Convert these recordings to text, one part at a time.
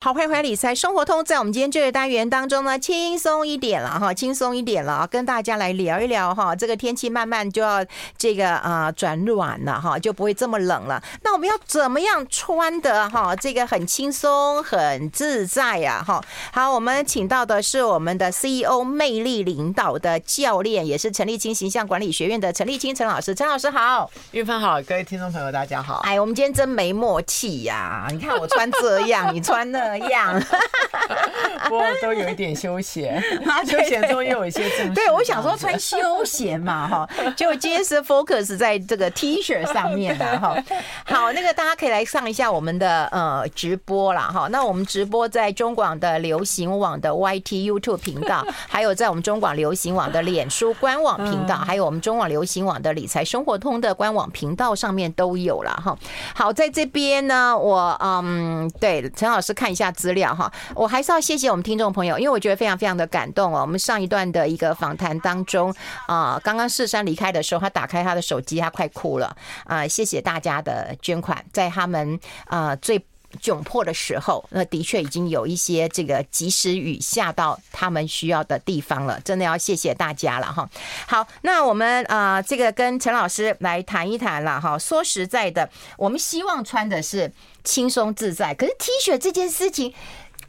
好，欢迎回来理财生活通，在我们今天这个单元当中呢，轻松一点了哈，轻松一点了啊，跟大家来聊一聊哈，这个天气慢慢就要这个啊、呃转暖了哈，就不会这么冷了。那我们要怎么样穿的哈，这个很轻松、很自在呀、哈。好，我们请到的是我们的 CEO 魅力领导的教练，也是陈立清形象管理学院的陈立清陈老师，陈老师好。玉芬好，各位听众朋友大家好。 哎，我们今天真没默契呀、你看我穿这样，你穿那样。不过都有一点休 闲，休闲中又有一些正式对，我想说穿休闲嘛，哈，就今天是 focus 在这个 T 恤上面的哈。好，那个大家可以来上一下我们的呃直播啦，哈。那我们直播在中广的流行网的 YT YouTube 频道，还有在我们中广流行网的脸书官网频道，还有我们中广流行网的理财生活通的官网频道上面都有了哈。好，在这边呢，我嗯，对陈老师看一下资料哈，我还是要谢谢我们听众朋友，因为我觉得非常非常的感动哦。我们上一段的一个访谈当中啊、刚刚世山离开的时候，他打开他的手机，他快哭了啊、谢谢大家的捐款，在他们啊最。窘迫的时候，那的确已经有一些这个及时雨下到他们需要的地方了，真的要谢谢大家了哈。好，那我们啊、呃这个跟陈老师来谈一谈了哈。说实在的，我们希望穿的是轻松自在，可是 T 恤这件事情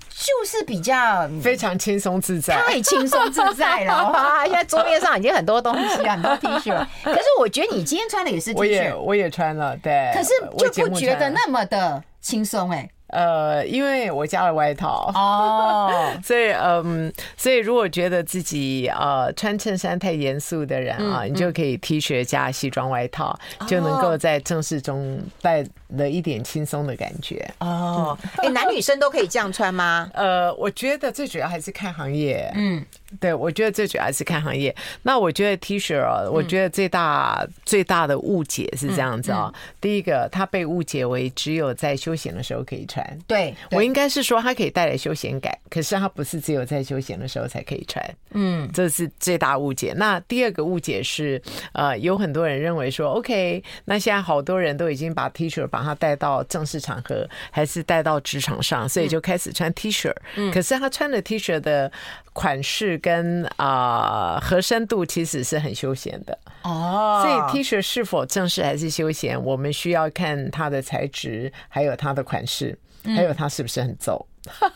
就是比较。非常轻松自在。太轻松自在了 哇！现在桌面上已经很多东西啊，很多 T 恤了。可是我觉得你今天穿的也是 T 我也恤，我也穿了，对。可是我节就目不觉得穿了那么的轻松哎。呃，因为我加了外套。 哦， 所以，嗯，所以如果觉得自己呃穿衬衫太严肃的人啊，你就可以 T 恤加西装外套，就能够在正式中带了一点轻松的感觉。哦，哎、男女生都可以这样穿吗？呃，我觉得最主要还是看行业，嗯，对，我觉得最主要还是看行业。那我觉得 T 恤哦，我觉得最大、最大的误解是这样子哦。第一个，它被误解为只有在休闲的时候可以穿。对，我对应该是说，它可以带来休闲感，可是它不是只有在休闲的时候才可以穿，嗯，这是最大误解。那第二个误解是，呃，有很多人认为说，OK，那现在好多人都已经把 T 恤把它带到正式场合，还是带到职场上，所以就开始穿 T 恤。嗯可是他穿的 T 恤的款式跟啊、呃合身度其实是很休闲的。哦，所以 T 恤是否正式还是休闲，我们需要看它的材质，还有它的款式，还有它是不是很皱。嗯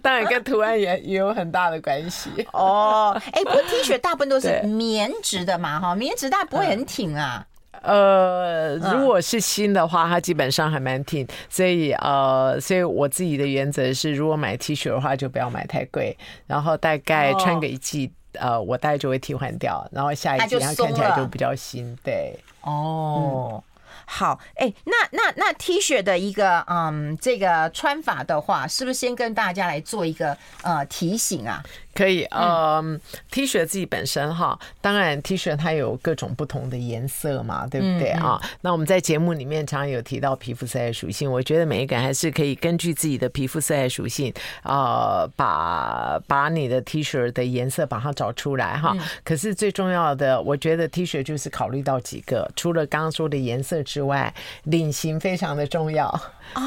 当然跟图案也也有很大的关系。哦，哎、 不过 T 恤大部分都是对棉质的嘛，哈，棉质大不会很挺啊。呃，如果是新的话，它基本上还蛮挺，所以呃，所以我自己的原则是，如果买 T 恤的话，就不要买太贵，然后大概穿个一季。呃，我大概就会替换掉，然后下一它季就哦它松看起来了就比较新，对。哦，好，哎、那那那 T 恤的一个嗯，这个穿法的话，是不是先跟大家来做一个呃提醒啊？可以，嗯，T 恤自己本身哈，当然 T 恤它有各种不同的颜色嘛，对不对啊？那我们在节目里面常常有提到皮肤色彩属性，我觉得每一个人还是可以根据自己的皮肤色彩属性，呃，把把你的 T 恤的颜色把它找出来哈。可是最重要的，我觉得 T 恤就是考虑到几个，除了刚刚说的颜色之外，领型非常的重要。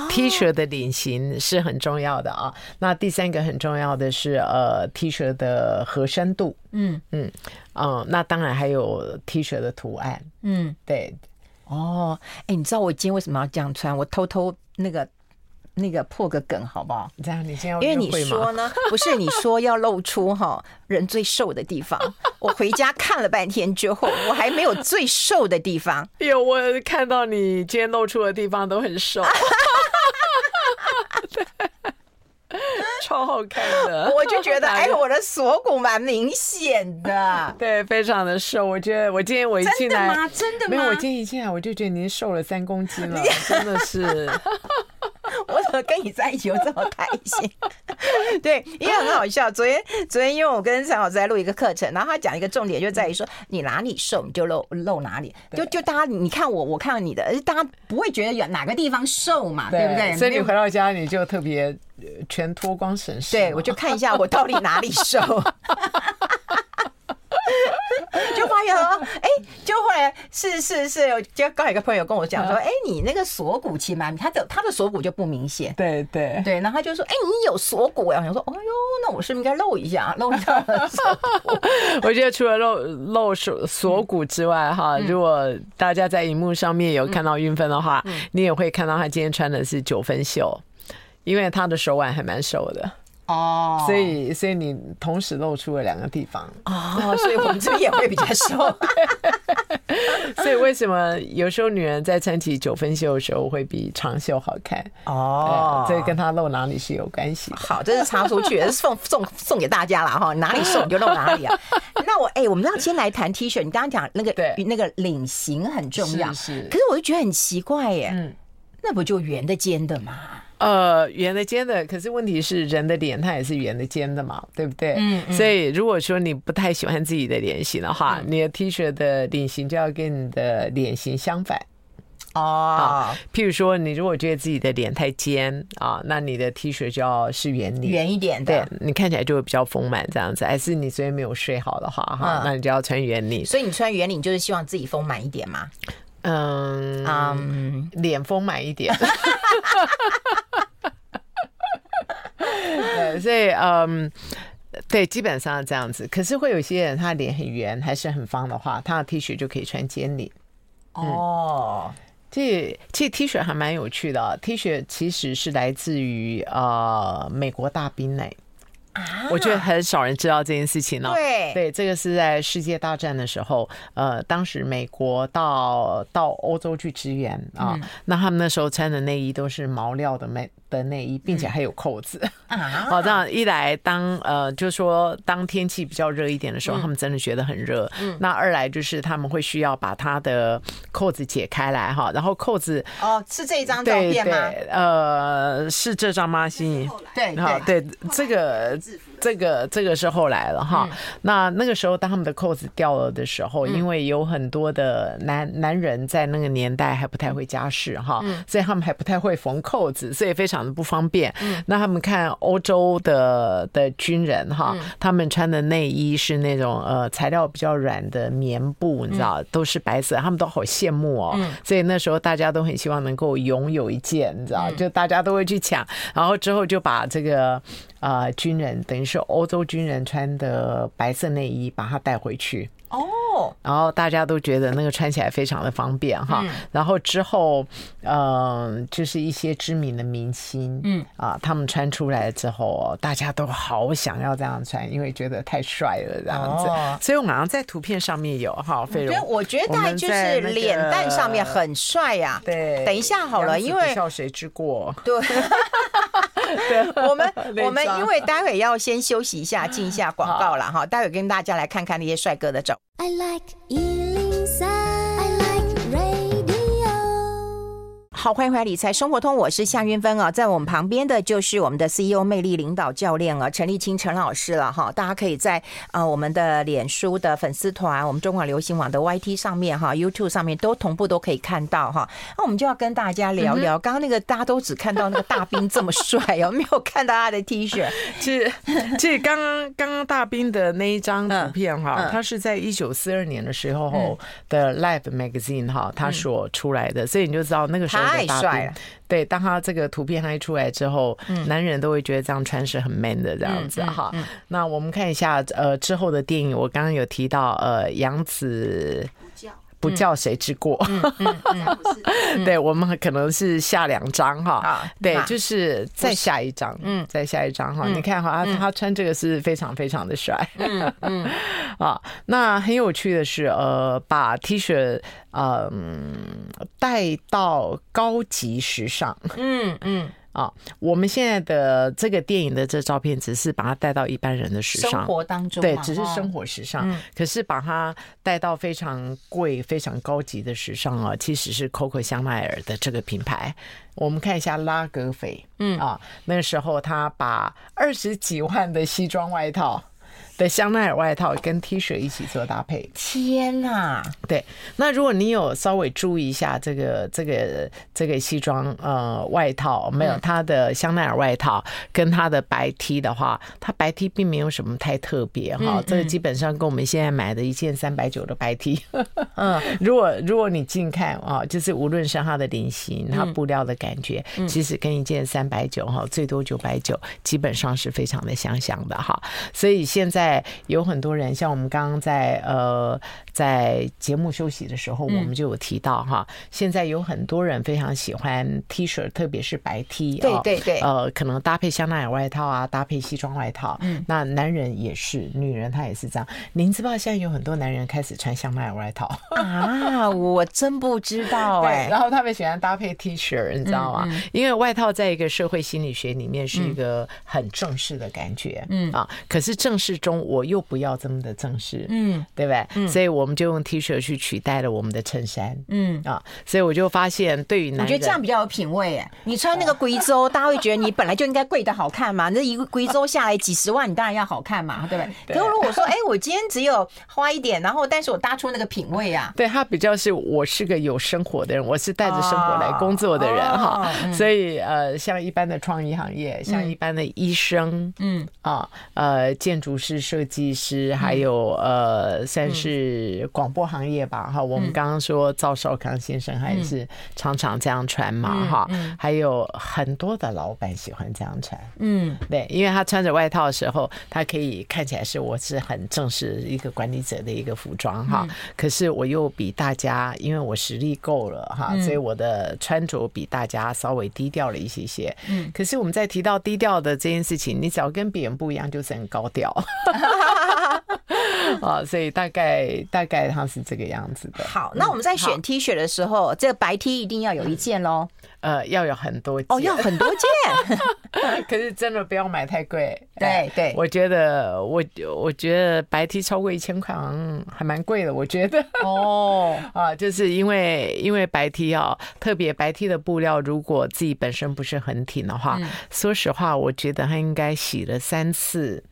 T 哦恤的领型是很重要的啊。那第三个很重要的是，呃，T 恤的合身度，嗯嗯嗯、那当然还有 T 恤的图案，嗯，对，哦，哎、你知道我今天为什么要这样穿？我偷偷那个那个破个梗好不好？这样你今天要因为约你会说吗？呢，不是你说要露出哈 人最瘦的地方，我回家看了半天之后，我还没有最瘦的地方。哎呦，我看到你今天露出的地方都很瘦， 对，超好看的， 我就觉得，哪哎，里我的锁骨蛮明显 的。对，非常的瘦。我觉得我今天我一进真的来，吗？真的没有，我吗？今天一进来我就觉得您瘦了三公斤 了，真的是。我怎么跟你在一起又这么开 心？对，因为很好笑。昨天，昨天因为我跟陈老师在录一个课程，然后他讲一个重点，就在于说你哪里瘦你就露露哪里，就就大家你看我，我看你的，而且大家不会觉得有哪个地方瘦嘛， 对不对？所以没你有回到家你就特别呃全脱光省事嘛。对，我就看一下我到底哪 里瘦。就发现说，哎、就后来是是是，我就刚有一个朋友跟我讲说，哎、你那个锁骨其实蛮，他的他的锁骨就不明显。对对，对，然后他就说：“哎、你有锁骨呀、我想说：“哦呦，那我是不是应该露一下，露一下锁骨 我觉得除了露露锁锁骨之外，哈，嗯如果大家在荧幕上面有看到运芬的话，嗯你也会看到她今天穿的是九分袖，因为她的手腕还蛮瘦的，？” 哦，所以所以你同时露出了两个地 方，哦， 所以我们这边也会比较瘦。所以为什么有时候女人在穿起九分袖的时候会比长袖好看？哦 哎这跟她露哪里是有关系的。好，这是插出去， 送送送给大家了哈，哪里瘦你就露哪 里啊。那我哎、我们要先来谈 T 恤，你刚刚讲那个对那个领型很重要，是是可是我就觉得很奇怪耶，嗯那不就圆的尖的吗？呃，圆的尖的，可是问题是人的脸它也是圆的尖的嘛，对不对？嗯嗯所以如果说你不太喜欢自己的脸型的话，你的 T 恤的领型就要跟你的脸型相反。哦，譬如说，你如果觉得自己的脸太尖啊，那你的 T 恤就要是圆脸。圆一点对的。你看起来就会比较丰满这样子，还是你昨天没有睡好的话哈嗯，那你就要穿圆领。所以你穿圆领就是希望自己丰满一点嘛？嗯，嗯，脸丰满一点。对，所以嗯。对，基本上是这样子。可是会有些人，他脸很圆还是很方的话，他的 T 恤就可以穿尖领。嗯哦，这其实 T 恤还蛮有趣的、啊、，T 恤其实是来自于呃美国大兵呢、啊我觉得很少人知道这件事情呢、哦对对，这个是在世界大战的时候，呃，当时美国到到欧洲去支援啊、嗯那他们那时候穿的内衣都是毛料的内的内衣，并且还有扣子。嗯 啊，哦，这样一来当呃，就说当天气比较热一点的时嗯候，他们真的觉得很热。那二来就是他们会需要把它的扣子解开来哈，然后扣子哦，是这张照对片对吗？，呃，是这张吗？心仪。对好，对，对，这个这个这个是后来了哈。嗯那那个时候，当他们的扣子掉了的时候，因为有很多的男男人在那个年代还不太会家事哈，嗯所以他们还不太会缝扣子，所以非常的不方便。嗯那他们看欧洲的的军人嗯哈，他们穿的内衣是那种呃材料比较软的棉布，你知道，都是白色，他们都好羡慕哦。所以那时候大家都很希望能够拥有一件，你知道，就大家都会去抢，然后之后就把这个。呃，军人等于是欧洲军人穿的白色内衣，把它带回去，哦，然后大家都觉得那个穿起来非常的方便哈。嗯然后之后，嗯、就是一些知名的明星，嗯啊，他们穿出来之后，大家都好想要这样穿，因为觉得太帅了这样子。哦所以我马上在图片上面有哈，费因荣为，我觉我得们就在是那个脸蛋上面很帅啊呀、对，等一下好了，杨紫因不为笑谁之过？ 对。 我们那我们张因为待会要先休息一下，进一 下广告了哈。待会跟大家来看看那些帅哥的照。 I like Ealing Sound. I like radio. 好，欢迎回来《理财生活通》，我是夏云芬啊，在我们旁边的就是我们的 CEO 魅力领导教练啊，陈立清陈老师了哈。大家可以在呃我们的脸书的粉丝团、我们中广流行网的 YT 上面哈、YouTube 上面都同步都可以看到哈。那我们就要跟大家嗯聊聊，刚刚那个大家都只看到那个大兵这么帅哦， 没有看到他的 T 恤。其实， 其实刚刚刚刚大兵的那一张图片哈，它是在一九四二年的时候的《Life》Magazine 哈，它所出来的，所以你就知道那个时候的太大帅兵了。对，当他这个图片它一出来之后，男人都会觉得这样穿是很 man 的这样子哈。那我们看一下呃之后的电影，我刚刚有提到呃杨紫。不叫谁之过， 对我们可能是下两张哈好，对啊那，就是再下一张，嗯，再下一张哈，你看哈，啊他他穿这个是非常非常的帅，嗯嗯，啊，那很有趣的是，呃，把 T 恤，呃嗯，带到高级时尚，嗯嗯，啊，我们现在的这个电影的这照片，只是把它带到一般人的时生尚。活当中对，嘛哦嗯只是生。活时尚，可是把它带到非常贵、非常高级的时尚啊，其实是 Coco 香奈儿的这个品牌。我们看一下拉格斐，嗯啊，那时候他把二十几万的西装外套的香奈儿外套跟 T 恤一起做搭配。天 哪！对，那如果你有稍微注意一下这个这个这个西装呃外套，没有它的香奈儿外套跟它的白 T 的话，它白 T 并没有什么太特别哈，这个基本上跟我们现在买的一件三百九的白 T，嗯，如果如果你近看啊，就是无论是它的领型、它布料的感觉，嗯其实跟一件三百九哈，最多九百九，基本上是非常的相像的哈。所以现在有很多人，像我们刚刚在呃在节目休息的时嗯候，我们就有提到哈，现在有很多人非常喜欢 T 恤，特别是白 T，对哦对对呃，可能搭配香奈儿外套啊，搭配西装外套，嗯，那男人也是，女人她也是这样。您知不知道现在有很多男人开始穿香奈儿外套？啊，我真不知道对，哎、嗯然后他们喜欢搭配 T 恤，你知道吗？因为外套在一个社会心理学里面是一个很正式的感觉，嗯啊，可是正式中我又不要这么的正式，嗯，对不对？所以我们就用 T 恤去取代了我们的衬衫，嗯啊，所以我就发现对于我男觉得人这。样比较有品味哎。你穿那个贵州，大家会觉得你本来就应该贵的好看嘛。那一个贵州下来几十万，你当然要好看嘛，对不对？可是如果说，哎，我今天只有花一点，然后但是我搭出那个品味啊，对他比较是我是个有生活的人，我是带着生活来工作的人哦哈，所以呃，像一般的创意行业，像一般的医生，嗯啊呃，建筑师、设计师，还有呃，算是广播行业吧哈。我们刚刚说赵少康先生还是常常这样穿嘛哈，还有很多的老板喜欢这样穿，嗯，对，因为他穿着外套的时候，他可以看起来是我是很正式一个管理者的一个服装哈。嗯可是我又比大家，因为我实力够了哈，嗯所以我的穿着比大家稍微低调了一些些。嗯，可是我们在提到低调的这件事情，你只要跟别人不一样，就是很高 调。啊，所以大概大概他是这个样子的。嗯好，那我们在选 T 恤的时候，这个白 T 一定要有一件喽。呃，要有很多哦，件要很多件。 可是真的不要买太贵。 对哎对我觉得我我觉得白 T 超过一千块好像还蛮贵的，我觉得。 哦， 啊，就是因为因为白 T 啊，特别白 T 的布料，如果自己本身不是很挺的嗯话，说实话，我觉得它应该洗了三次，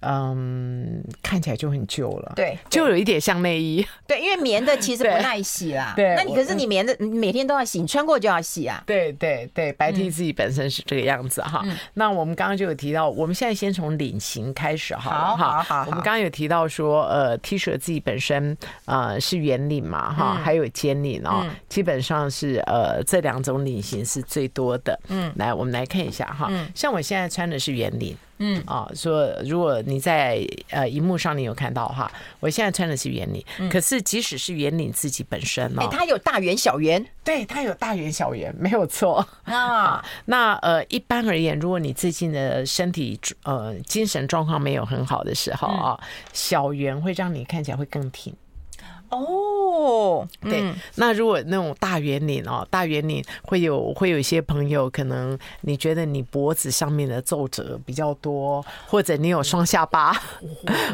嗯，看起来就很旧了。对对就有一点像内衣。对，嗯因为棉的其实不对耐洗啦。对那你我可是你棉的你每天都要洗，你穿过就要洗啊。对对对，白 T 自己本身是这个样子哈。那我们刚刚就有提到，我们现在先从领型开始好了好哈。好好好我们刚刚有提到说，呃，T 恤自己本身呃是圆领嘛哈，还有尖领哦，基本上是呃这两种领型是最多的。嗯，来我们来看一下哈，像我现在穿的是圆领。嗯啊，说如果你在呃荧幕上你有看到哈，我现在穿的是圆领，可是即使是圆领自己本身哎、哦，它有大圆、小圆对它有大圆小圆，没有错。啊。那呃，一般而言，如果你最近的身体呃精神状况没有很好的时候啊，小圆会让你看起来会更挺。哦，对，那如果那种大圆领哦，大圆领会有会有一些朋友，可能你觉得你脖子上面的皱褶比较多，或者你有双下巴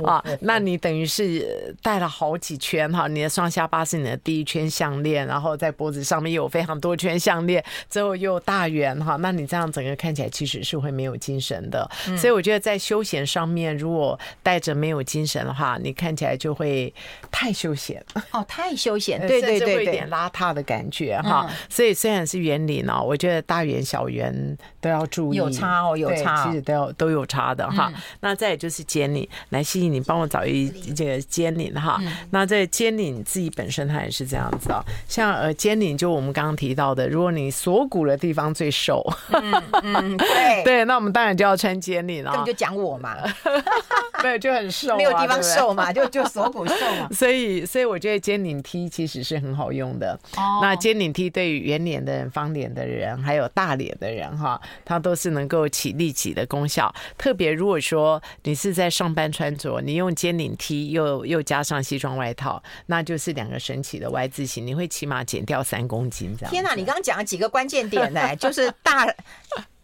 啊，那你等于是呃戴了好几圈哈，你的双下巴是你的第一圈项链，然后在脖子上面又有非常多圈项链，之后又有大圆哈，那你这样整个看起来其实是会没有精神的。所以我觉得在休闲上面，如果带着没有精神的话，你看起来就会太休闲。哦，太休闲，呃对甚对至会对嗯有点对，邋遢的感觉哈。所以虽然是圆领哦，我觉得大圆小圆都要注意，有差哦有对差哦嗯其实都要都有差的哈。那再来就是尖领，来西西，你帮我找一这个尖领哈。嗯那这个尖领自己本身它也是这样子哦，像呃尖领就我们刚刚提到的，如果你锁骨的地方最瘦， 嗯，对，对，那我们当然就要穿尖领根啊本就，讲我 嘛，对， 就很瘦啊，没有地对方不对。瘦嘛，就 就锁骨瘦 嘛所以，所以我觉得尖领 T 其实是很好用的。哦 那尖领 T 对于圆脸的人、方脸的人，还有大脸的人哈，它都是能够起立己的功效。特别如果说你是在上班穿着，你用尖领 T 又又加上西装外套，那就是两个神奇的 Y 字形，你会起码减掉三公斤这 样。天哪、你刚刚讲了几个关键点呢、就是大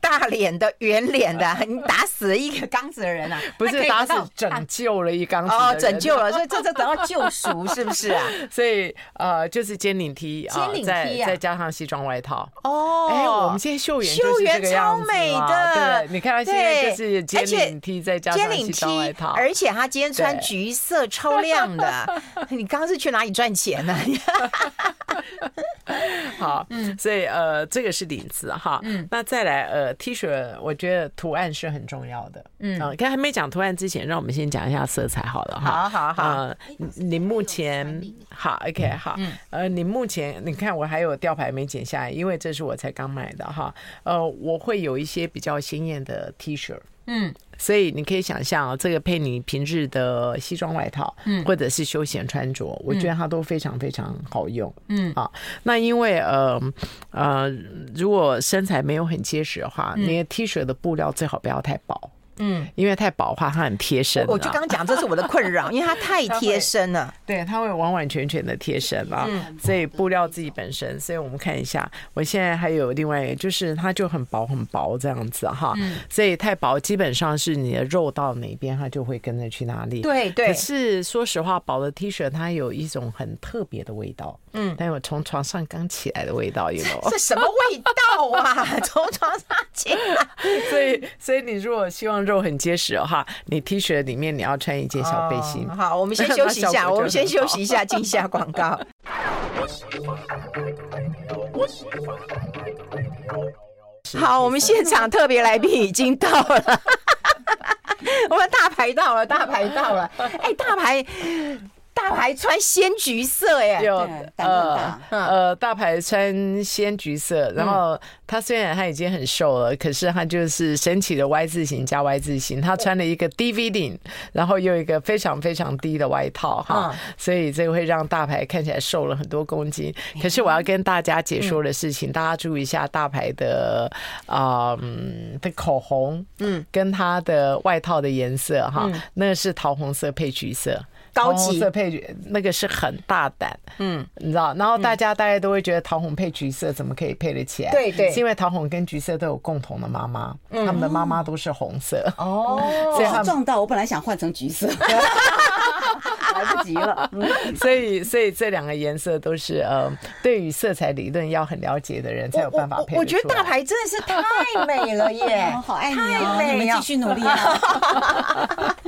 大脸的、圆脸 的，你打死了一个刚子的人啊！不那可是以打得死到拯救了一缸子哦，的拯人救了，所以 这这等到救赎是不是啊？所以呃，就是尖顶梯啊，尖顶再梯啊再加上西装外套。 哦，哎、我们现在秀媛就秀是这媛个超样子美嘛的，对，你看她现在对就是尖而且顶梯，再加尖上领西梯装外套，，而且她今天穿对橘色，超亮的。 你刚刚是去哪里赚钱呢？ 好，嗯，所以呃，这个是领子哈，嗯，那再来呃，T 恤，我觉得图案是很重要的，嗯，刚、才还没讲图案之前，让我们先讲一下色彩好了哈，好好好呃，你目前好，OK，好，呃，你目前你看我还有吊牌没剪下来，因为这是我才刚买的哈，呃，我会有一些比较鲜艳的 T 恤，嗯，所以你可以想象、哦，这个配你平日的西装外套，嗯，或者是休闲穿着，我觉得它都非常非常好用，嗯啊，那因为呃呃，如果身材没有很结实的话，你的 T 恤的布料最好不要太薄，嗯，因为太薄的话它很贴身、啊 我就刚讲，这是我的困扰，因为它太贴身 了。对，它会完完全全的贴身啊，嗯所以布料自己本身，所以我们看一下，我现在还有另外一个，就是它就很薄很薄这样子哈，嗯所以太薄基本上是你的肉到哪边，它就会跟着去哪里。对对可是说实话，薄的 T 恤它有一种很特别的味道，嗯，但我从床上刚起来的味道，有 know。这什么味道啊？ 从床上起来， 所以，所以你如果希望肉很结实的话，你 T 恤里面你要穿一件小背心。哦好，我们先休息一那效果下，我就很们先休息一下，进一下广告。 好，我们现场特别来宾已经到了。 我们大牌到了，大牌到了！哎、大牌，大牌穿鲜橘色耶，有对胆子很呃大呃大牌穿鲜橘色，然后他虽然他已经很瘦了，可是他就是升起的 Y 字形加 Y 字形，他穿了一个 D V 领，然后又一个非常非常低的外套哈嗯，所以这会让大牌看起来瘦了很多公斤。可是我要跟大家解说的事情，大家注意一下大牌的啊嗯的口红，嗯，跟他的外套的颜色哈，那是桃红色配橘色。高桃红级色配橘，那个是很大胆，嗯嗯，你知道，然后大家大概都会觉得桃红配橘色怎么可以配得起来？对对是因为桃红跟橘色都有共同的妈妈，他们的妈妈都是红色，哦， 所以他我是们撞到，我本来想换成橘色， 来不及了。嗯所以所以这两个颜色都是呃，对于色彩理论要很了解的人才有办法我配我我得觉得出大来牌真的是太美了 耶我 ！好爱你太哦，美了你们继续努力啊！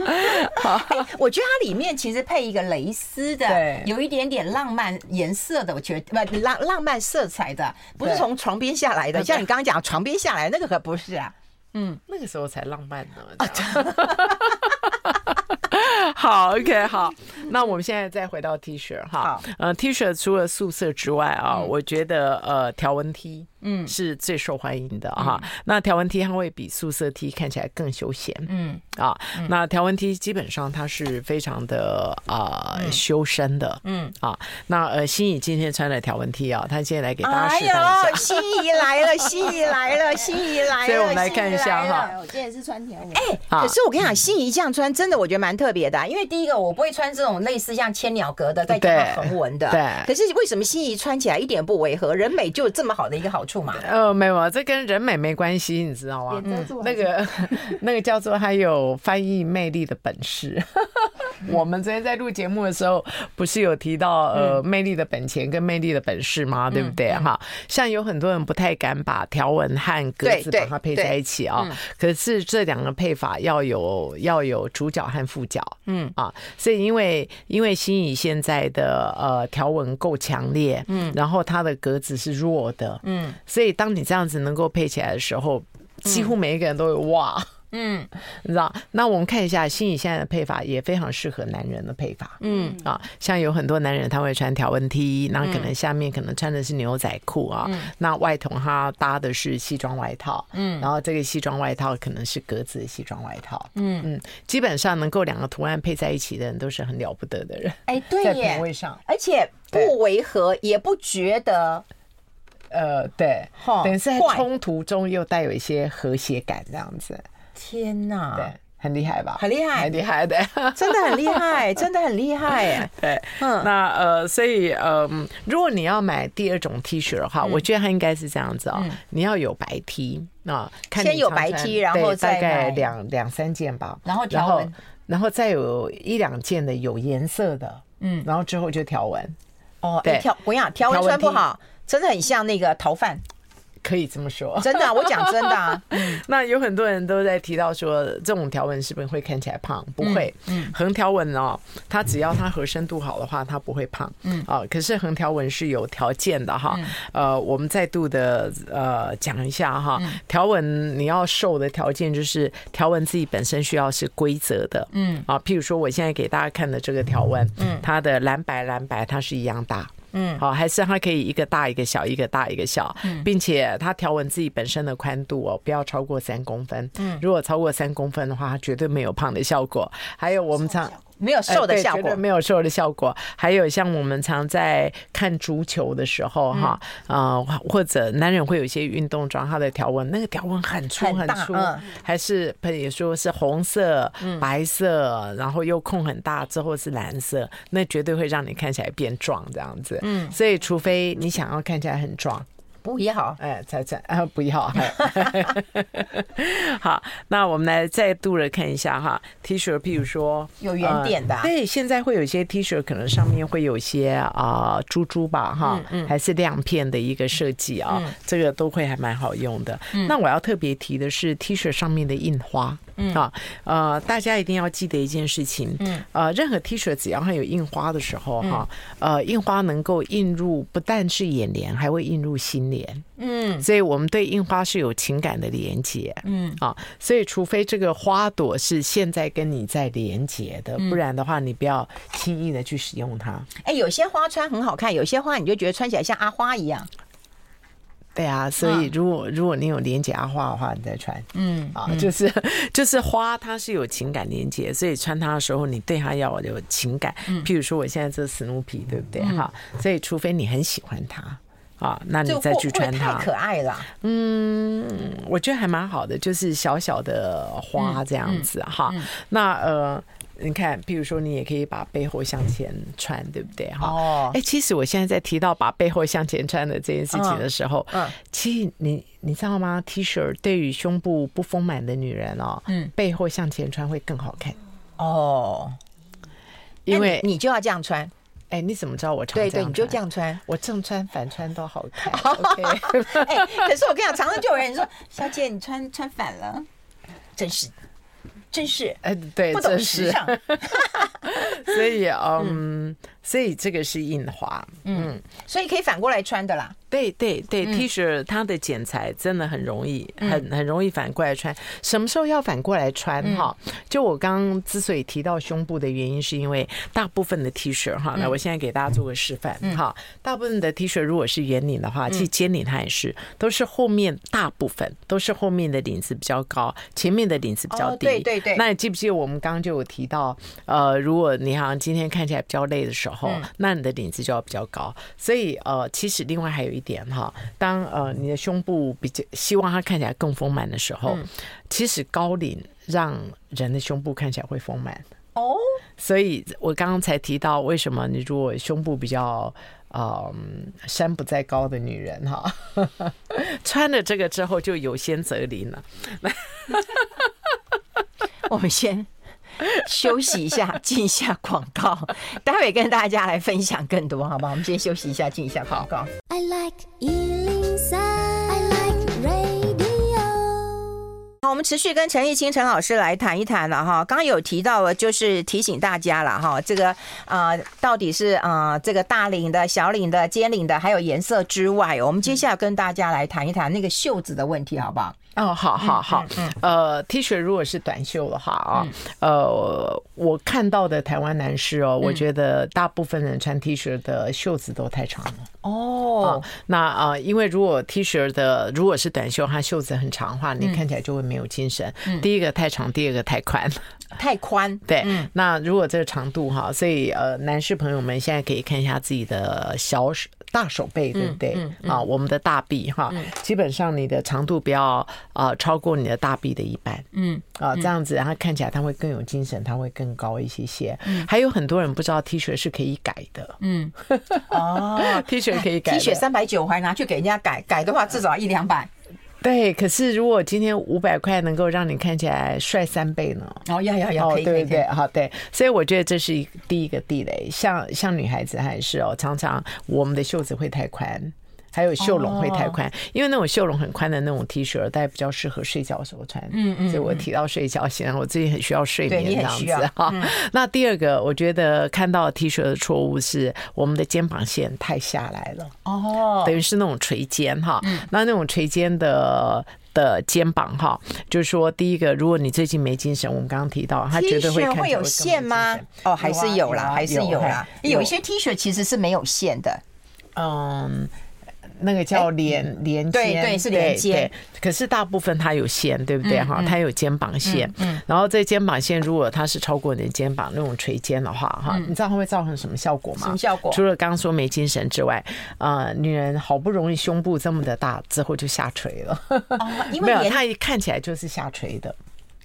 哎我觉得它里面其实配一个蕾丝的对，有一点点浪漫颜色的，我觉得不浪浪漫色彩的，不是对从床边下来的，像你刚刚讲床边下来那个可不是啊。那个时候才浪漫呢。啊 好，OK，好，那我们现在再回到 T 恤哈好，嗯呃，T 恤除了素色之外啊，我觉得呃条纹 T 嗯是最受欢迎的哈。嗯那条纹 T 它会比素色 T 看起来更休闲，嗯啊，那条纹 T 基本上它是非常的啊修身的，嗯啊，那呃心怡今天穿了条纹 T 啊，她现在来给大家示范一下哎 呦，。心仪来 了，心仪来了，心仪来了。哦所以我们来看一下心仪来了哈。我今天也是穿条纹，哎，啊可是我跟你讲，心仪这样穿真的，我觉得蛮特别的啊、因为第一个我不会穿这种类似像千鸟格的，再加上对横纹的。对可是为什么心仪穿起来一点不违和？人美就有这么好的一个好处嘛？呃，没有，这跟人美没关系，你知道吗？嗯脸遮住那个 那个叫做还有翻译魅力的本事。 我们昨天在录节目的时候，不是有提到呃魅力的本钱跟魅力的本事吗？对不对？哈，像有很多人不太敢把条纹和格对子对把它配对在一起啊，可是这两个配法要有要有主角和副角，嗯啊，所以因为因为心仪现在的呃条纹够强烈，嗯，然后它的格子是弱的，嗯，所以当你这样子能够配起来的时候，几乎每一个人都会哇。嗯，你知道？那我们看一下心仪现在的配法，也非常适合男人的配法。嗯啊，像有很多男人他会穿条纹 T，那可能下面可能穿的是牛仔裤啊，那外头他搭的是西装外套，嗯，然后这个西装外套可能是格子的西装外套，嗯嗯，基本上能够两个图案配在一起的人都是很了不得的人，哎，对在耶品，味上，而且不违和，也不觉得呃，对哈，等于是在怪冲突中又带有一些和谐感这样子，天哪！对。很厉害吧？啊很厉害很厉害的。真的很厉害， 真的很厉害哎。对，嗯那呃，所以嗯，如果你要买第二种 T 恤的嗯话，我觉得它应该是这样子哦，你要有白 T 啊，看你先有常穿白 T 然后对再大概买两两三件吧，然后条然后纹然后再有一两件的有颜色的，嗯，然后之后就条纹，哦，对哎条我跟你讲，条纹条纹穿不梯好，真的很像那个逃 犯，可以这么说。真的啊、我讲真的啊，那有很多人都在提到说，这种条纹是不是会看起来胖？不会，横条纹哦，它只要它合身度好的话，它不会胖。嗯，啊，可是横条纹是有条件的哈。呃，我们再度的呃讲一下哈，条纹你要瘦的条件就是条纹自己本身需要是规则的。嗯，啊，譬如说我现在给大家看的这个条纹，嗯，它的蓝白蓝白它是一样大。嗯，好，还是它可以一个大一个小，一个大一个小，并且它条纹自己本身的宽度哦，不要超过三公分。嗯，如果超过三公分的话，它绝对没有胖的效果。还有我们常没有哎瘦的对效绝果对。没有瘦的效果。还有像我们常在看足球的时候嗯哈，呃，或者男人会有一些运动装，他的条纹那个条纹很粗很很大粗嗯，还是朋友说是红色、白色，然后又空很大，之后是蓝色，那绝对会让你看起来变壮这样子。嗯，所以除非你想要看起来很壮，不也好，哎，才才啊， 不要。好，那我们来再度的看一下哈，T 恤，譬如说有圆点的啊呃对，现在会有一些 T 恤，可能上面会有一些啊、珠珠吧哈，还是亮片的一个设计啊，这个都会还蛮好用的。那我要特别提的是 T 恤上面的印花，啊，呃，大家一定要记得一件事情，嗯，呃，任何 T 恤只要它有印花的时候哈，呃，印花能够印入不但是眼帘，还会印入心帘。所以我们对印花是有情感的连接，嗯啊，所以除非这个花朵是现在跟你在连接的，不然的话，你不要轻易的去使用它。哎、有些花穿很好看，有些花你就觉得穿起来像阿花一样。对啊，嗯所以如果如果你有连接阿花的话，你再穿，嗯啊，就是就是花，它是有情感连接，所以穿它的时候，你对它要有情感。嗯譬如说，我现在这史努比，对不对？哈，所以除非你很喜欢它。啊，那你就再去会不穿会它，太可爱了。嗯我觉得还蛮好的，就是小小的嗯花这样子啊哈。那呃，你看，譬如说，你也可以把背后向前穿，对不对哈？哦哎、其实我现在在提到把背后向前穿的这件事情的时候，嗯嗯其实你你知道吗？T 恤对于胸部不丰满的女人哦，嗯，背后向前穿会更好看，哦，因哎为那你你就要这样穿，哎、你怎么知道我常对对，你就穿这。样穿。我正穿反穿都好 看，OK，哎、可是我跟你讲，常常就有人说：“小姐，你穿穿反了，真是，真是哎，对，不懂这时是。尚。 所以，嗯，所以这个是印花，嗯，”所以可以反过来穿的啦。对对对、t 恤它的剪裁真的很容易，很很容易反过来穿。什么时候要反过来穿哈？就我刚刚之所以提到胸部的原因，是因为大部分的 T 恤哈，那我现在给大家做个示范哈。大部分的 T 恤如果是圆领的话，其实尖领它也是，都是后面大部分都是后面的领子比较高，前面的领子比较哦低。对对对那你记不记得我们刚刚就有提到，呃，如果你好像今天看起来比较累的时候，那你的领子就要比较高。所以呃，其实另外还有一点哈，当呃你的胸部比较希望它看起来更丰满的时候，其实高领让人的胸部看起来会丰满。哦，所以我刚刚才提到，为什么你如果胸部比较。嗯，山不在高的女人哈， 穿了这个之后就有先则灵了。 我们先休息一下，进一下广告，待会跟大家来分享更多，好不好？我们先休息一下，进一下广告。 I like Ealing Sound. I like radio. 好，我们持续跟陈立清陈老师来谈一谈了哈。刚刚有提到了，就是提醒大家了哈，这个呃，到底是呃这个大领的、小领的、尖领的，还有颜色之外，我们接下来跟大家来谈一谈那个袖子的问题，好不好？哦，好好好，呃，T 恤如果是短袖的话啊，呃，我看到的台湾男士哦，我觉得大部分人穿 T 恤的袖子都太长了。啊哦，，那啊、呃因为如果 T 恤的如果是短袖，它袖子很长的话，你看起来就会没有精神。 第一个太长，第二个太宽。太宽，对，那如果这个长度哈，所以呃，男士朋友们现在可以看一下自己的小手大手背，对不对？啊，我们的大臂哈，基本上你的长度不要呃超过你的大臂的一半，嗯，啊，这样子，然后看起来它会更有精神，它会更高一些些。嗯还有很多人不知道 T 恤是可以改的， 嗯，哦 T 恤可以改，T 的，恤三百九还拿去给人家改，改的话至少一两百，对。可是如果今天五百块能够让你看起来帅三倍呢？然后要要要，可以可哦对以不可以对，，好对，所以我觉得这是一第一个地雷。像像女孩子还是哦，常常我们的袖子会太宽。还有袖笼会太宽，哦因为那种袖笼很宽的那种 T 恤，大家比较适合睡觉的时候穿。嗯嗯，所以我提到睡觉，显然我最近很需要睡对眠你这很样需要嗯子哈。那第二个，我觉得看到 T 恤的错误是我们的肩膀线太下来了。哦，等于是那种垂肩哈。那那种垂肩的。的肩膀哈，就是说，第一个，如果你最近没精神，我们刚刚提到，他 T 绝对会恤看起来会有线吗更没精神？哦，还是有啦，啊还是有啦。有有一些 T 恤其实是没有线的，嗯，那个叫连连肩，哎嗯对对是连肩嗯对可是大部分它有线，对不对哈？它有肩膀线，然后这肩膀线如果它是超过你的肩膀那种垂肩的话哈，你知道它会造成什么效果吗？嗯什么效果除了刚刚说没精神之外，呃，女人好不容易胸部这么的大之后就下垂了。哦因 没为有，连它一看起来就是下垂的。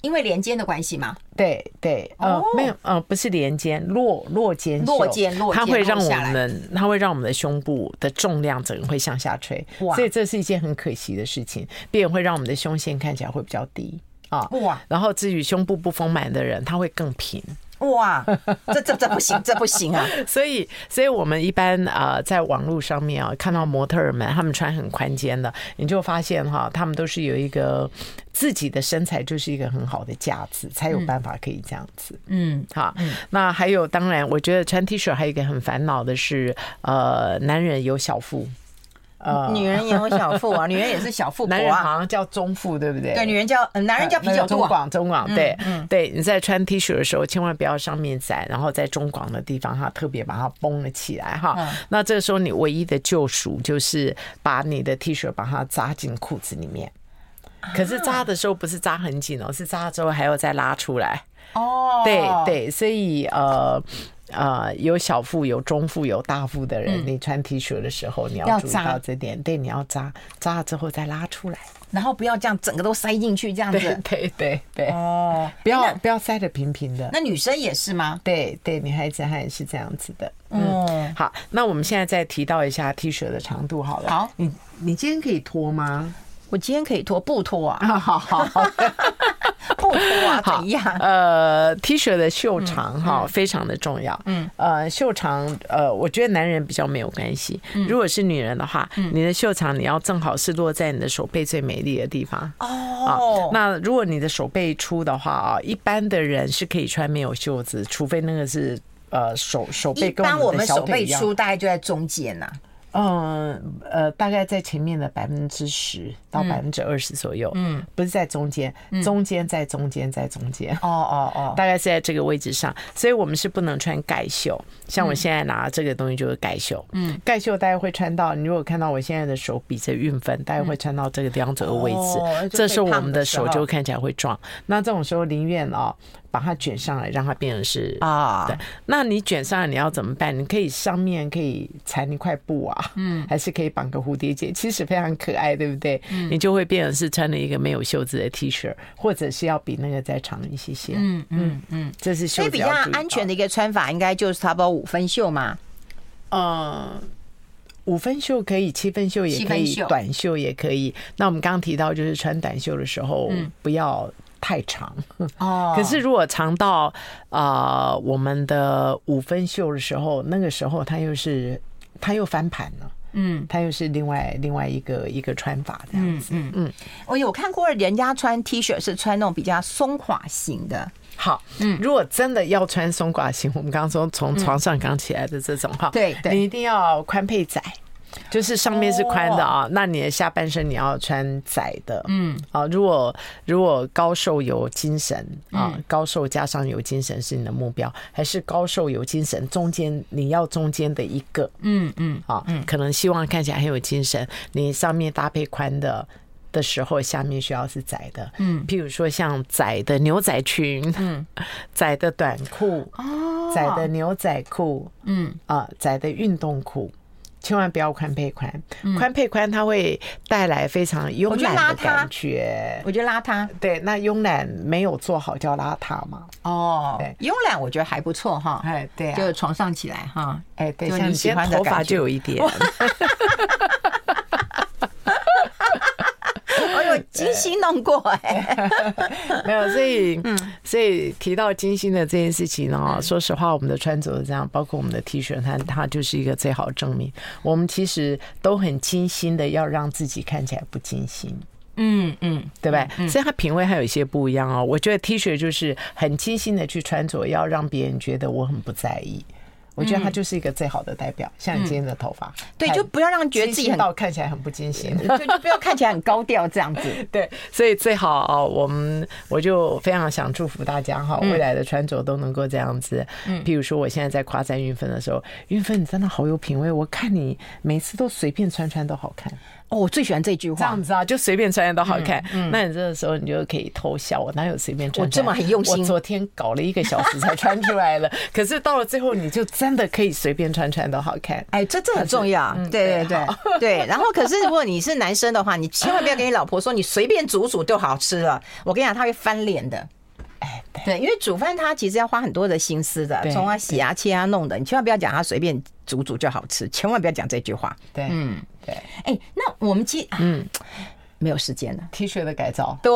因为连肩的关系嘛。对对，呃哦，没有，呃，不是连肩，落落肩袖，落肩落肩它会让落我下来们，它会让我们的胸部的重量整个会向下垂，哇所以这是一件很可惜的事情，并且会让我们的胸线看起来会比较低啊。哇然后至于胸部不丰满的人，他会更平。哇，这这这不行，这不行啊！所以，所以我们一般呃，在网络上面啊，看到模特儿们他们穿很宽肩的，你就发现哈，他们都是有一个自己的身材，就是一个很好的架子，才嗯有办法可以这样子。嗯，好。那还有，当然，我觉得穿 T 恤还有一个很烦恼的是，呃，男人有小腹，呃，女人也有小腹啊，女 人也是小腹男婆人啊。好像叫中腹，对不对？对，女人叫，呃男人叫啤那酒个肚中啊。嗯广中广，对，对，你在穿 T 恤的时候，千万不要上面窄，然后在中广的地方哈，特别把它绷了起来哈。嗯那这个时候你唯一的救赎就是把你的 T 恤把它扎进裤子里面。啊可是扎的时候不是扎很紧哦，是扎了之后还要再拉出来。哦，对，对，所以呃呃，有小腹、有中腹、有大腹的人，你穿 T 恤的时候你嗯要要注意扎到这点。对，你要扎，扎了之后再拉出来。然后不要这样整个都塞进去这样对子。对对对。哦，不要那不要塞的平平的。那女生也是吗？对对，女孩子还是这样子的。嗯，好，那我们现在再提到一下 T 恤的长度好了。好你你今天可以脱吗？我今天可以脱不脱啊？啊，好好好。不脱 啊？ 好怎样？嗯呃，T 恤的袖长哈、非常的重要。嗯，呃，袖长呃，我觉得男人比较没有关系。嗯如果是女人的话，你的袖长你要正好是落在你的手背最美丽的地方。哦，啊那如果你的手背粗的话啊，一般的人是可以穿没有袖子，除非那个是呃手手一背跟般我我们们的小手腿背一样。粗大概就在中间啊呐。嗯呃，大概在前面的百分之十到嗯百分之二十左右，嗯，不是在中间，中间在中间在中间，哦哦哦，大概是在这个位置上，所以我们是不能穿盖袖。像我现在拿这个东西就是盖袖，嗯，盖袖大概会穿到，你如果看到我现在的手比着运分，大概会穿到这个地方左右位置，哦就这时候最我胖们的的时手候就看起来会壮。那这种时候宁愿哦，把它卷上来，让它变成是啊对，那你卷上来你要怎么办？你可以上面可以缠一块布啊，嗯，还是可以绑个蝴蝶结，其实非常可爱，对不对？你就会变成是穿了一个没有袖子的 T 恤，或者是要比那个再长一些些。嗯嗯嗯，这是袖所以子比要较注意安全到。的一个穿法，应该就是差不多五分袖嘛。嗯，五分袖可以，七分袖也可七分，以袖短袖也可以。那我们刚刚提到，就是穿短袖的时候不要太长。哦可是如果长到呃我们的五分袖的时候，那个时候它又是它又翻盘了，嗯，它又是另外另外一个一个穿法这样子。我哦有看过人家穿 T 恤是穿那种比较松垮型的，好，嗯，如果真的要穿松垮型，我们刚刚说从床上刚起来的这种哈，对对你一定要宽配窄。就是上面是宽的啊，那你的下半身你要穿窄的，嗯，啊，如果如果高瘦有精神啊，高瘦加上有精神是你的目标，还是高瘦有精神中间你要中间的一个，嗯嗯，啊，可能希望看起来很有精神，你上面搭配宽的。的时候，下面需要是窄的，嗯，譬如说像窄的牛仔裙，嗯， 窄的短裤，哦，窄的牛仔裤，嗯，啊，窄的运动裤，千万不要宽配宽，嗯宽配宽它会带来非常慵我觉得懒邋遢的感觉。我觉得邋遢对，那慵懒没有做好叫邋遢嘛？哦对，慵懒我觉得还不错哈，哎，对啊，就床上起来哈，哎，对，就像你你喜今欢天的头发感就觉。有 一点，哎 呦，精心弄过哎， 没有，所以，嗯所以提到金星的这件事情呢，说实话，我们的穿着是这样，包括我们的 T 恤，它它就是一个最好证明，我们其实都很精心的要让自己看起来不精心。嗯嗯，对吧？所以他品味还有一些不一样哦。我觉得 T 恤就是很精心的去穿着，要让别人觉得我很不在意。我觉得他就是一个最好的代表，像你今天的头发，嗯对，很就不要让觉得自己精心很，呃到看起来很不精 心。就就不要看起来很高调这样子。 对，所以最好哦我们我就非常想祝福大家哈，嗯未来的穿着都能够这样子。譬如说我现在在夸赞运芬的时候，运芬你真的好有品味，我看你每次都随便穿穿都好看，哦，我最喜欢这句这话样，子啊，就随便穿穿都嗯好看。那你这个时候你就可以偷笑，我哪有随便我穿穿？这么很用心我昨天搞了一个小时才穿出来了， 可是到了最后你就真的可以随便穿穿都好看。哎，这这很重要，嗯对对对对对。然后，可是如果你是男生的话，你千万不要给你老婆说你随便煮煮就好吃了。我跟你讲，她会翻脸的。哎，对。对，因为煮饭她其实要花很多的心思的，对从啊洗啊切啊弄的，你千万不要讲她随便煮煮就好吃，千万不要讲这句话。对，嗯，对哎，那我们今嗯没有时间了。 ，T 恤的改造，对，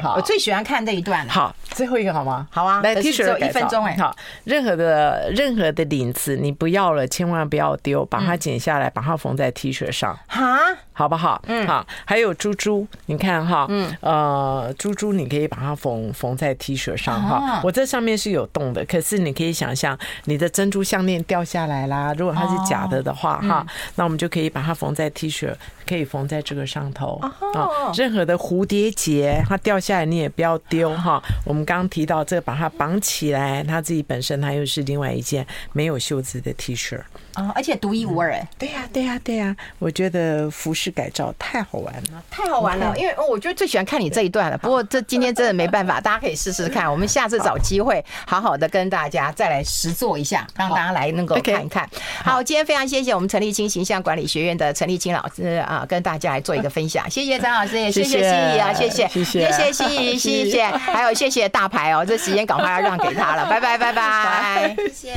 好我最喜欢看这一段了。好，最后一个好吗？好啊来可是 T 恤只有的改一分造钟哎好，任何的任何的领子你不要了，千万不要丢，把嗯它剪下来，把它缝在 T 恤上。哈，好不好？嗯，好。还有珠珠，你看哈，嗯，呃，珠珠你可以把它缝缝在 T 恤上哈啊。我这上面是有洞的，可是你可以想象你的珍珠项链掉下来啦，如果它是假的的话哈，那我们就可以把它缝在 T 恤，可以缝在这个上头啊。任何的蝴蝶结它掉下来你也不要丢哈。我们刚刚提到这个，把它绑起来，它自己本身它又是另外一件没有袖子的 T 恤。哦，而且独一无二，哎，对呀、对呀、对呀、我觉得服饰改造太好玩了。太好玩了，因为哦我觉得最喜欢看你这一段了。不过这今天真的没办法，大家可以试试看，我们下次找机会好好的跟大家再来实做一下，让大家来能够 OK 看一看。好，今天非常谢谢我们陈立清形象管理学院的陈立清老师啊，跟大家来做一个分享，谢谢张老师，也谢谢谢谢心怡啊，谢谢，谢谢也谢谢心怡，谢谢，还有谢谢大牌哦，这时间赶快要让给他了，拜拜，拜拜。谢谢。